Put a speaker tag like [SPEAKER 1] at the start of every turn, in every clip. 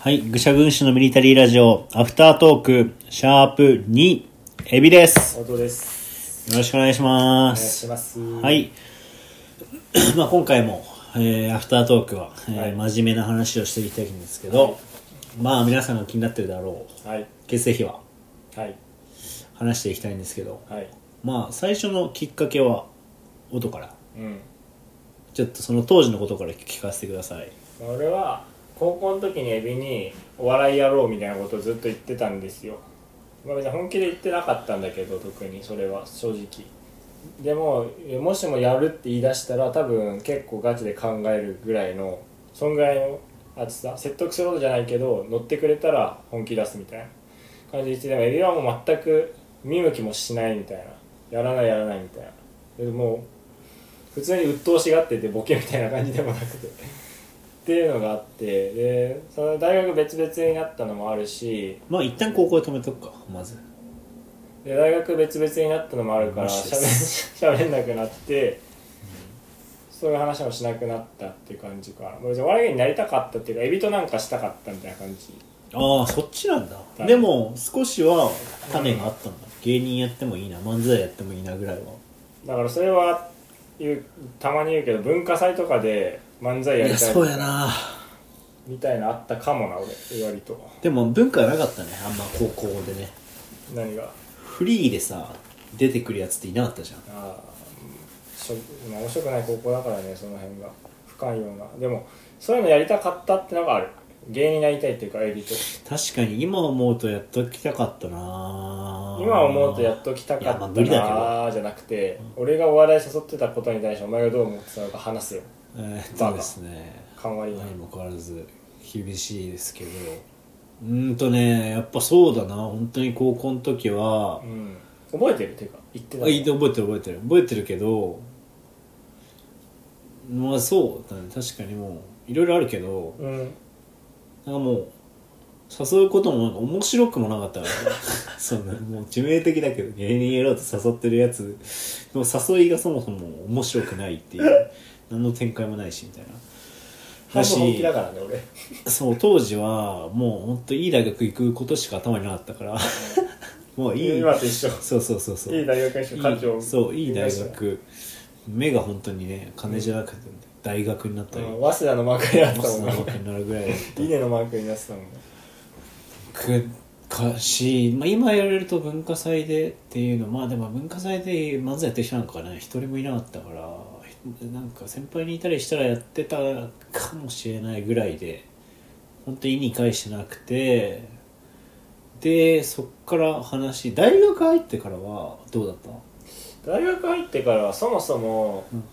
[SPEAKER 1] はい。愚者軍師のミリタリーラジオ、アフタートーク、シャープ2、エビです。
[SPEAKER 2] おとです。
[SPEAKER 1] よろしくお願いしま
[SPEAKER 2] お願い
[SPEAKER 1] す
[SPEAKER 2] し。ます。
[SPEAKER 1] は。い。 まあ今回も、えーアフタートークは、えー
[SPEAKER 2] は
[SPEAKER 1] 真面目な話をしていきたいんですけど、まあ皆さんが気になってるだろう、
[SPEAKER 2] はい。
[SPEAKER 1] 血液は
[SPEAKER 2] はい。
[SPEAKER 1] 話していきたいんですけど、
[SPEAKER 2] はい。
[SPEAKER 1] まあ最初のきっかけは、音から。
[SPEAKER 2] うん。
[SPEAKER 1] ちょっとその当時のことから聞かせてください。
[SPEAKER 2] 俺は、高校の時にエビに、お笑いやろうみたいなことをずっと言ってたんですよ。まあ別に本気で言ってなかったんだけど、特にそれは、正直。でも、えもしもやるって言い出したら、多分結構ガチで考えるぐらいの、そんぐらいの厚さ。説得するほどじゃないけど、乗ってくれたら本気出すみたいな感じで言って、でもエビはもう全く見向きもしないみたいな。やらないやらないみたいな。でもう普通に鬱陶しがっててボケみたいな感じでもなくてっていうのがあってでその大学別々になったのもあるし
[SPEAKER 1] まあ一旦高校で止めとくか、まず。
[SPEAKER 2] で大学別々になったのもあるから
[SPEAKER 1] マジ
[SPEAKER 2] し
[SPEAKER 1] で
[SPEAKER 2] ゃべしゃべ んなくなって、そういう話もしなくなったっていう感じかな別にお笑い芸人になりたかったっていうかエビとなんかしたかったみたいな感じ
[SPEAKER 1] ああそっちなんだ
[SPEAKER 2] い
[SPEAKER 1] でも少しは種があったんだ、芸人やってもいいな漫才やってもいいなぐらいは
[SPEAKER 2] だからそれは言うたまに言うけど文化祭とかで漫才
[SPEAKER 1] い
[SPEAKER 2] やり
[SPEAKER 1] や
[SPEAKER 2] たい
[SPEAKER 1] そうやな
[SPEAKER 2] みたいなあったかもな俺割と
[SPEAKER 1] でも文化なかったねあんま高校でね
[SPEAKER 2] 何が
[SPEAKER 1] フリーでさ出てくるやつっていなかったじゃん
[SPEAKER 2] ああしょ、まあ、面白くない高校だからねその辺が深いようなでもそういうのやりたかったってのがある芸人になりたいっていうかエビと
[SPEAKER 1] 確かに今思うとやっときたかったな
[SPEAKER 2] 今思うとやっときたかっ
[SPEAKER 1] いやま
[SPEAKER 2] た
[SPEAKER 1] あ無理だけど
[SPEAKER 2] なーじゃなくて俺がお笑い誘ってたことに対してお前がどう思ってたのか話せよ
[SPEAKER 1] えーっとですね
[SPEAKER 2] 勘割りない
[SPEAKER 1] 何も変わらず厳しいですけどうーんとねやっぱそうだな本当に高校の時は
[SPEAKER 2] うん覚えてるっていうか言ってた
[SPEAKER 1] あいい覚えてる覚えてる覚えてるけどまあそうだね確かにもういろいろあるけど
[SPEAKER 2] うん
[SPEAKER 1] なんかもう誘うこともなんか面白くもなかったからねそんなもう致命的だけど芸人やろうと誘ってるやつの誘いがそもそも面白くないっていう何の展開もないしみたいな
[SPEAKER 2] 半
[SPEAKER 1] だ
[SPEAKER 2] 分本気
[SPEAKER 1] し
[SPEAKER 2] だからね俺
[SPEAKER 1] そう当時はもうほんといい大学行くことしか頭になかったからもういい
[SPEAKER 2] 今と一緒
[SPEAKER 1] そうそうそうそう
[SPEAKER 2] いい大学にしよう
[SPEAKER 1] い
[SPEAKER 2] 感情
[SPEAKER 1] いそういい大学目が本当にね金じゃなくて、大学になったり
[SPEAKER 2] うん早稲田のマークになった
[SPEAKER 1] マ
[SPEAKER 2] も
[SPEAKER 1] ス
[SPEAKER 2] ん
[SPEAKER 1] の
[SPEAKER 2] ね
[SPEAKER 1] 学になるぐらいだった
[SPEAKER 2] 稲のマークになってたもんね
[SPEAKER 1] くかし、まあ、今やれると文化祭でっていうのまあでも文化祭で漫才やってる人なんかね一人もいなかったからなんか先輩にいたりしたらやってたかもしれないぐらいで本当に意に介してなくてでそっから話大学入ってからはどうだった
[SPEAKER 2] 大学入ってからはそもそも、
[SPEAKER 1] うん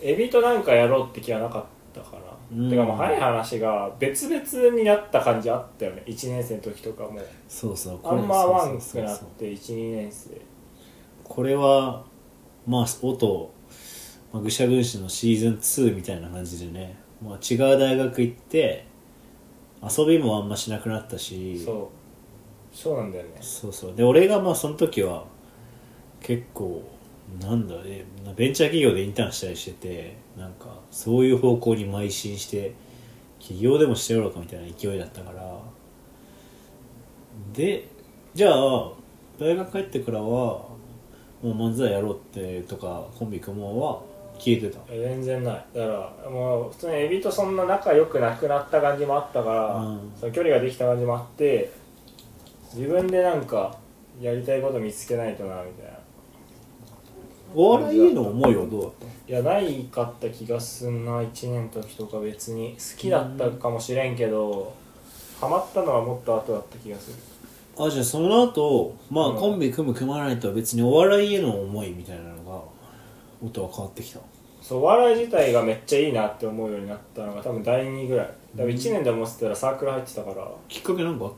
[SPEAKER 2] エビとなんかやろうって気はなかったから、
[SPEAKER 1] うん
[SPEAKER 2] てかもう早い話が別々になった感じあったよね1年生の時とかも
[SPEAKER 1] そうそう
[SPEAKER 2] あんま合わんくな
[SPEAKER 1] そう
[SPEAKER 2] っ
[SPEAKER 1] そうそう
[SPEAKER 2] て12年生
[SPEAKER 1] これはまあ音、まあ、愚者軍師のシーズン2みたいな感じでね、まあ、違う大学行って遊びもあんましなくなったし
[SPEAKER 2] そうそうなんだよね
[SPEAKER 1] そうそうで俺がまあその時は結構なんだねベンチャー企業でインターンしたりしててなんかそういう方向に邁進して起業でもしてやろうかみたいな勢いだったからでじゃあ大学帰ってからはもう漫才やろうってとかコンビ組もうは消えてた
[SPEAKER 2] え全然ないだからもう普通にエビとそんな仲良くなくなった感じもあったから、
[SPEAKER 1] うん
[SPEAKER 2] その距離ができた感じもあって自分でなんかやりたいこと見つけないとなみたいな
[SPEAKER 1] お笑いへの思いはどうだった
[SPEAKER 2] いやないかった気がすんな1年の時とか別に好きだったかもしれんけどハマったのはもっと後だった気がする
[SPEAKER 1] あじゃあその後まあ
[SPEAKER 2] うん
[SPEAKER 1] コンビ組む組まないとは別にお笑いへの思いみたいなのが音は変わってきた
[SPEAKER 2] そうお笑い自体がめっちゃいいなって思うようになったのが多分第2ぐらい多分1年で思ってたらサークル入ってたから
[SPEAKER 1] きっかけなんかあっ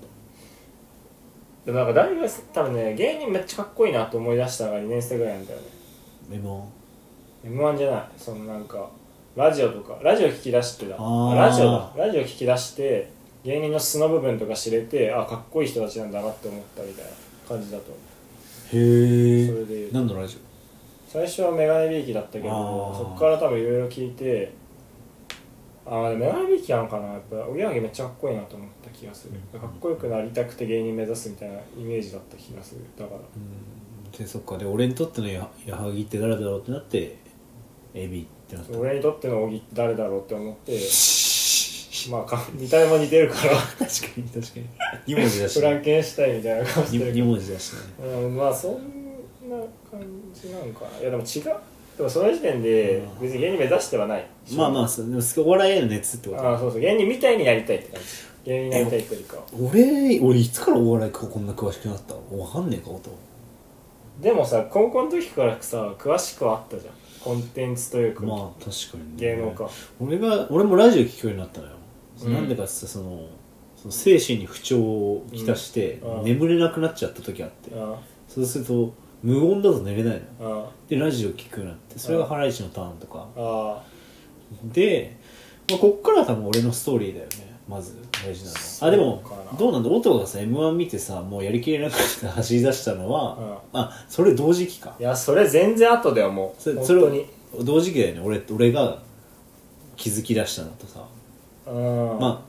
[SPEAKER 2] でもなんか大学多分ね芸人めっちゃかっこいいなと思い出したのが2年生ぐらいなんだよね
[SPEAKER 1] た M1
[SPEAKER 2] m 1じゃないそのなんかラジオとかラジオ聞き出してだ
[SPEAKER 1] あー
[SPEAKER 2] あラジオだラジオ聞き出して芸人の素の部分とか知れてあかっこいい人たちなんだなって思ったみたいな感じだと思う
[SPEAKER 1] へ
[SPEAKER 2] それで言う
[SPEAKER 1] 何のラジ
[SPEAKER 2] 最初はメガネビーキだったけど
[SPEAKER 1] あー
[SPEAKER 2] そこから多分いろいろ聞いてああでもやるべきやんかなやっぱおぎやはぎめっちゃかっこいいなと思った気がする
[SPEAKER 1] うん
[SPEAKER 2] かっこよくなりたくて芸人目指すみたいなイメージだった気がするだか
[SPEAKER 1] う
[SPEAKER 2] ら
[SPEAKER 1] んでそっかで俺にとってのや矢作って誰だろうってなってエビってなった
[SPEAKER 2] 俺にとっての小木って誰だろうって思ってまあか似た目も似てるから
[SPEAKER 1] 確かに確かに2文字だし
[SPEAKER 2] フランケンシュタインみたいな顔してる
[SPEAKER 1] 2,
[SPEAKER 2] けど
[SPEAKER 1] 文字だしね
[SPEAKER 2] うんまあそんな感じなんかないやでも違うでもその時点で
[SPEAKER 1] うん
[SPEAKER 2] 別に芸人目指してはない
[SPEAKER 1] まあまあそうでもすごいお笑いへの熱ってこと
[SPEAKER 2] ああそうそう芸人みたいになりたいって感じ芸人になりたいというか
[SPEAKER 1] 俺俺いつからお笑いこんな詳しくなったわかんねえか音
[SPEAKER 2] でもさ高校の時からさ詳しくはあったじゃんコンテンツというか、
[SPEAKER 1] まあ確かに、ね、
[SPEAKER 2] 芸能か
[SPEAKER 1] 俺が俺もラジオ聞くようになったのよ、
[SPEAKER 2] うん
[SPEAKER 1] なんでかっつったらそのその精神に不調をきたして、
[SPEAKER 2] うんああ
[SPEAKER 1] 眠れなくなっちゃった時あって、
[SPEAKER 2] あ
[SPEAKER 1] そうすると無音だと寝れないの
[SPEAKER 2] ああ
[SPEAKER 1] でラジオ聞くようになってそれがハライチのターンとか
[SPEAKER 2] ああ
[SPEAKER 1] で、まあ、こっからは多分俺のストーリーだよねまず大事なのはあでも
[SPEAKER 2] そうかな
[SPEAKER 1] どうなんだ音がさ m 1見てさもうやりきれなくて走り出したの
[SPEAKER 2] うん
[SPEAKER 1] は、あそれ同時期か
[SPEAKER 2] いやそれ全然後だよもう
[SPEAKER 1] それ
[SPEAKER 2] 本
[SPEAKER 1] それ
[SPEAKER 2] 当に
[SPEAKER 1] 同時期だよね俺俺が気づき出したのとさ、
[SPEAKER 2] うん
[SPEAKER 1] ま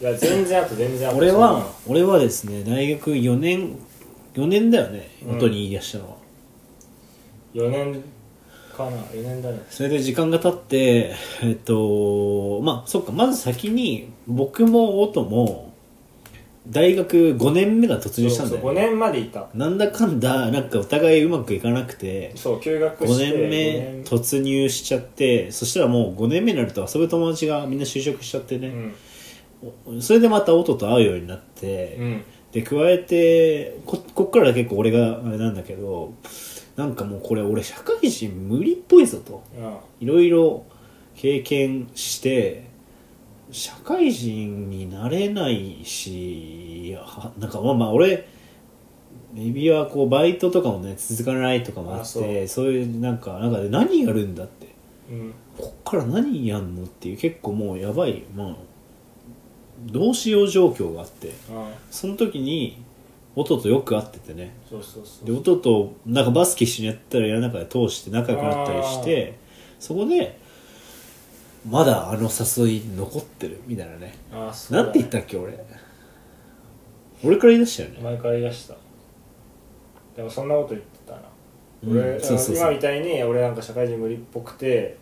[SPEAKER 2] いや全然後全然
[SPEAKER 1] あ
[SPEAKER 2] 後
[SPEAKER 1] 俺は俺はですね大学4年4年だよね
[SPEAKER 2] うん
[SPEAKER 1] 音に言い出したのは、
[SPEAKER 2] 4年かな4年だね
[SPEAKER 1] それで時間が経ってえっとまあそっかまず先に僕も音も大学5年目が突入したんだよね、
[SPEAKER 2] 5年までいた
[SPEAKER 1] なんだかんだなんかお互いうまくいかなくて
[SPEAKER 2] そう休学
[SPEAKER 1] 5
[SPEAKER 2] して
[SPEAKER 1] 年目
[SPEAKER 2] 五年
[SPEAKER 1] 突入しちゃってそしたらもう5年目になると遊ぶ友達がみんな就職しちゃってね、それでまた音と会うようになって、
[SPEAKER 2] うん、うん、
[SPEAKER 1] で加えてここっからは結構俺があれなんだけどなんかもうこれ俺社会人無理っぽいぞと
[SPEAKER 2] あ
[SPEAKER 1] いろいろ経験して社会人になれないしはなんかまあまあ俺エビはこうバイトとかもね続かないとかもあって
[SPEAKER 2] あ
[SPEAKER 1] そ
[SPEAKER 2] そうう
[SPEAKER 1] いうなんかなんかで何やるんだって
[SPEAKER 2] うん
[SPEAKER 1] こっから何やんのっていう結構もうやばいまあどうしよう状況があって
[SPEAKER 2] あ
[SPEAKER 1] その時に音とよく会っててね
[SPEAKER 2] そうそうそう
[SPEAKER 1] で音となんかバスケ一緒にやったらやらなかったり通して仲良くなったりしてそこでまだあの誘い残ってるみたいなね
[SPEAKER 2] あそう
[SPEAKER 1] な
[SPEAKER 2] だ
[SPEAKER 1] んて言ったっけ俺俺から言い出したよね
[SPEAKER 2] 前から言い出したでもそんなこと言ってたな、
[SPEAKER 1] うん
[SPEAKER 2] 俺あの
[SPEAKER 1] そうそうそう
[SPEAKER 2] 今みたいに俺なんか社会人無理っぽくて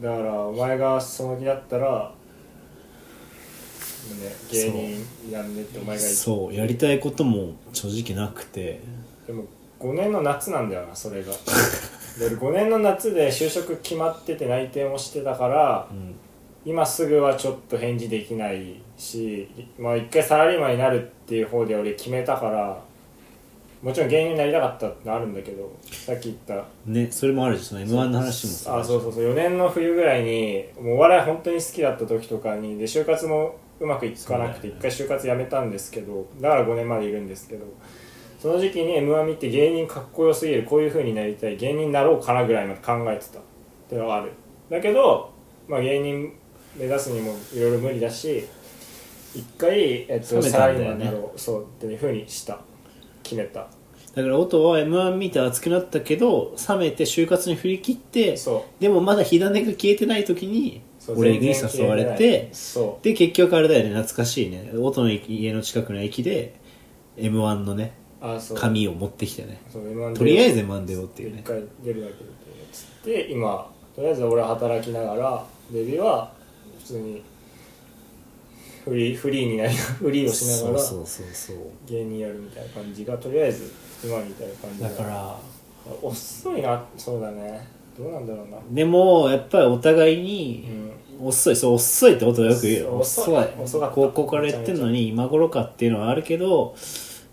[SPEAKER 2] だからお前がその気だったら、ね、芸人やんねってお前が言って
[SPEAKER 1] そうやりたいことも正直なくて
[SPEAKER 2] でも5年の夏なんだよなそれがで俺5年の夏で就職決まってて内定もしてたから
[SPEAKER 1] うん
[SPEAKER 2] 今すぐはちょっと返事できないし、まあ、一回サラリーマンになるっていう方で俺決めたからもちろん芸人になりたかったってのあるんだけどさっき言った
[SPEAKER 1] ねそれもあるしその m 1の話もさ
[SPEAKER 2] あそうそうそう4年の冬ぐらいにもうお笑い本当に好きだった時とかにで就活もうまくいかな
[SPEAKER 1] そ
[SPEAKER 2] くて
[SPEAKER 1] うだよね
[SPEAKER 2] 一回就活やめたんですけどだから5年までいるんですけどその時期に m 1見て芸人かっこよすぎるこういう風になりたい芸人になろうかなぐらいまで考えてたってのはあるだけど、まあ、芸人目指すにもいろいろ無理だし一回、え
[SPEAKER 1] 冷
[SPEAKER 2] っと、
[SPEAKER 1] め
[SPEAKER 2] サ
[SPEAKER 1] た
[SPEAKER 2] ラ
[SPEAKER 1] ん
[SPEAKER 2] リ
[SPEAKER 1] だ
[SPEAKER 2] ー
[SPEAKER 1] よ
[SPEAKER 2] マン
[SPEAKER 1] ね
[SPEAKER 2] になろうそうっていう風にした決めた
[SPEAKER 1] だから音は m 1見て熱くなったけど冷めて就活に振り切って
[SPEAKER 2] そう
[SPEAKER 1] でもまだ火種が消えてない時に
[SPEAKER 2] そう
[SPEAKER 1] 俺に
[SPEAKER 2] 全然
[SPEAKER 1] 誘われ
[SPEAKER 2] 消えない
[SPEAKER 1] て
[SPEAKER 2] そう
[SPEAKER 1] で結局あれだよね懐かしいね音の家の近くの駅で m 1のね
[SPEAKER 2] あそう
[SPEAKER 1] 紙を持ってきてね
[SPEAKER 2] そう M&A
[SPEAKER 1] とりあえず M&A をっていうね
[SPEAKER 2] 一回出るだけでつって今とりあえず俺は働きながらデビューは普通にフリーフリーになり フリーをしながら
[SPEAKER 1] そうそうそうそう
[SPEAKER 2] 芸人やるみたいな感じがとりあえず今みたいな感じ
[SPEAKER 1] だから
[SPEAKER 2] 遅いなそうだねどうなんだろうな
[SPEAKER 1] でもやっぱりお互いに、
[SPEAKER 2] うん
[SPEAKER 1] 遅いそう遅いってことはよく言うよ
[SPEAKER 2] 遅い遅かった
[SPEAKER 1] 高校から言ってんのに今頃かっていうのはあるけど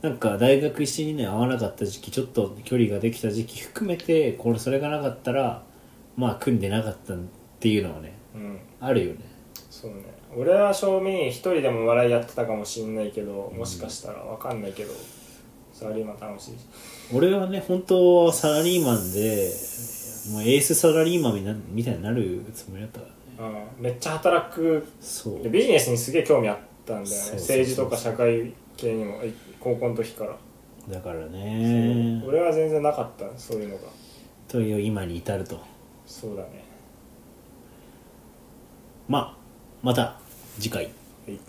[SPEAKER 1] なんか大学12年会わなかった時期ちょっと距離ができた時期含めてこれそれがなかったらまあ組んでなかったっていうのはね
[SPEAKER 2] うん
[SPEAKER 1] あるよね
[SPEAKER 2] そうね俺は正味一人でも笑いやってたかもしんないけどもしかしたらわかんないけどサラリーマン楽しいし
[SPEAKER 1] 俺はね本当はサラリーマンでもうエースサラリーマンみなみたいになるつもりだったからね
[SPEAKER 2] うんめっちゃ働く
[SPEAKER 1] そう
[SPEAKER 2] でビジネスにすげえ興味あったんだよね
[SPEAKER 1] そうそうそう
[SPEAKER 2] 政治とか社会系にもえ高校の時から、
[SPEAKER 1] だからね
[SPEAKER 2] 俺は全然なかったそういうのが
[SPEAKER 1] という今に至ると
[SPEAKER 2] そうだね
[SPEAKER 3] まあまた次回
[SPEAKER 1] はい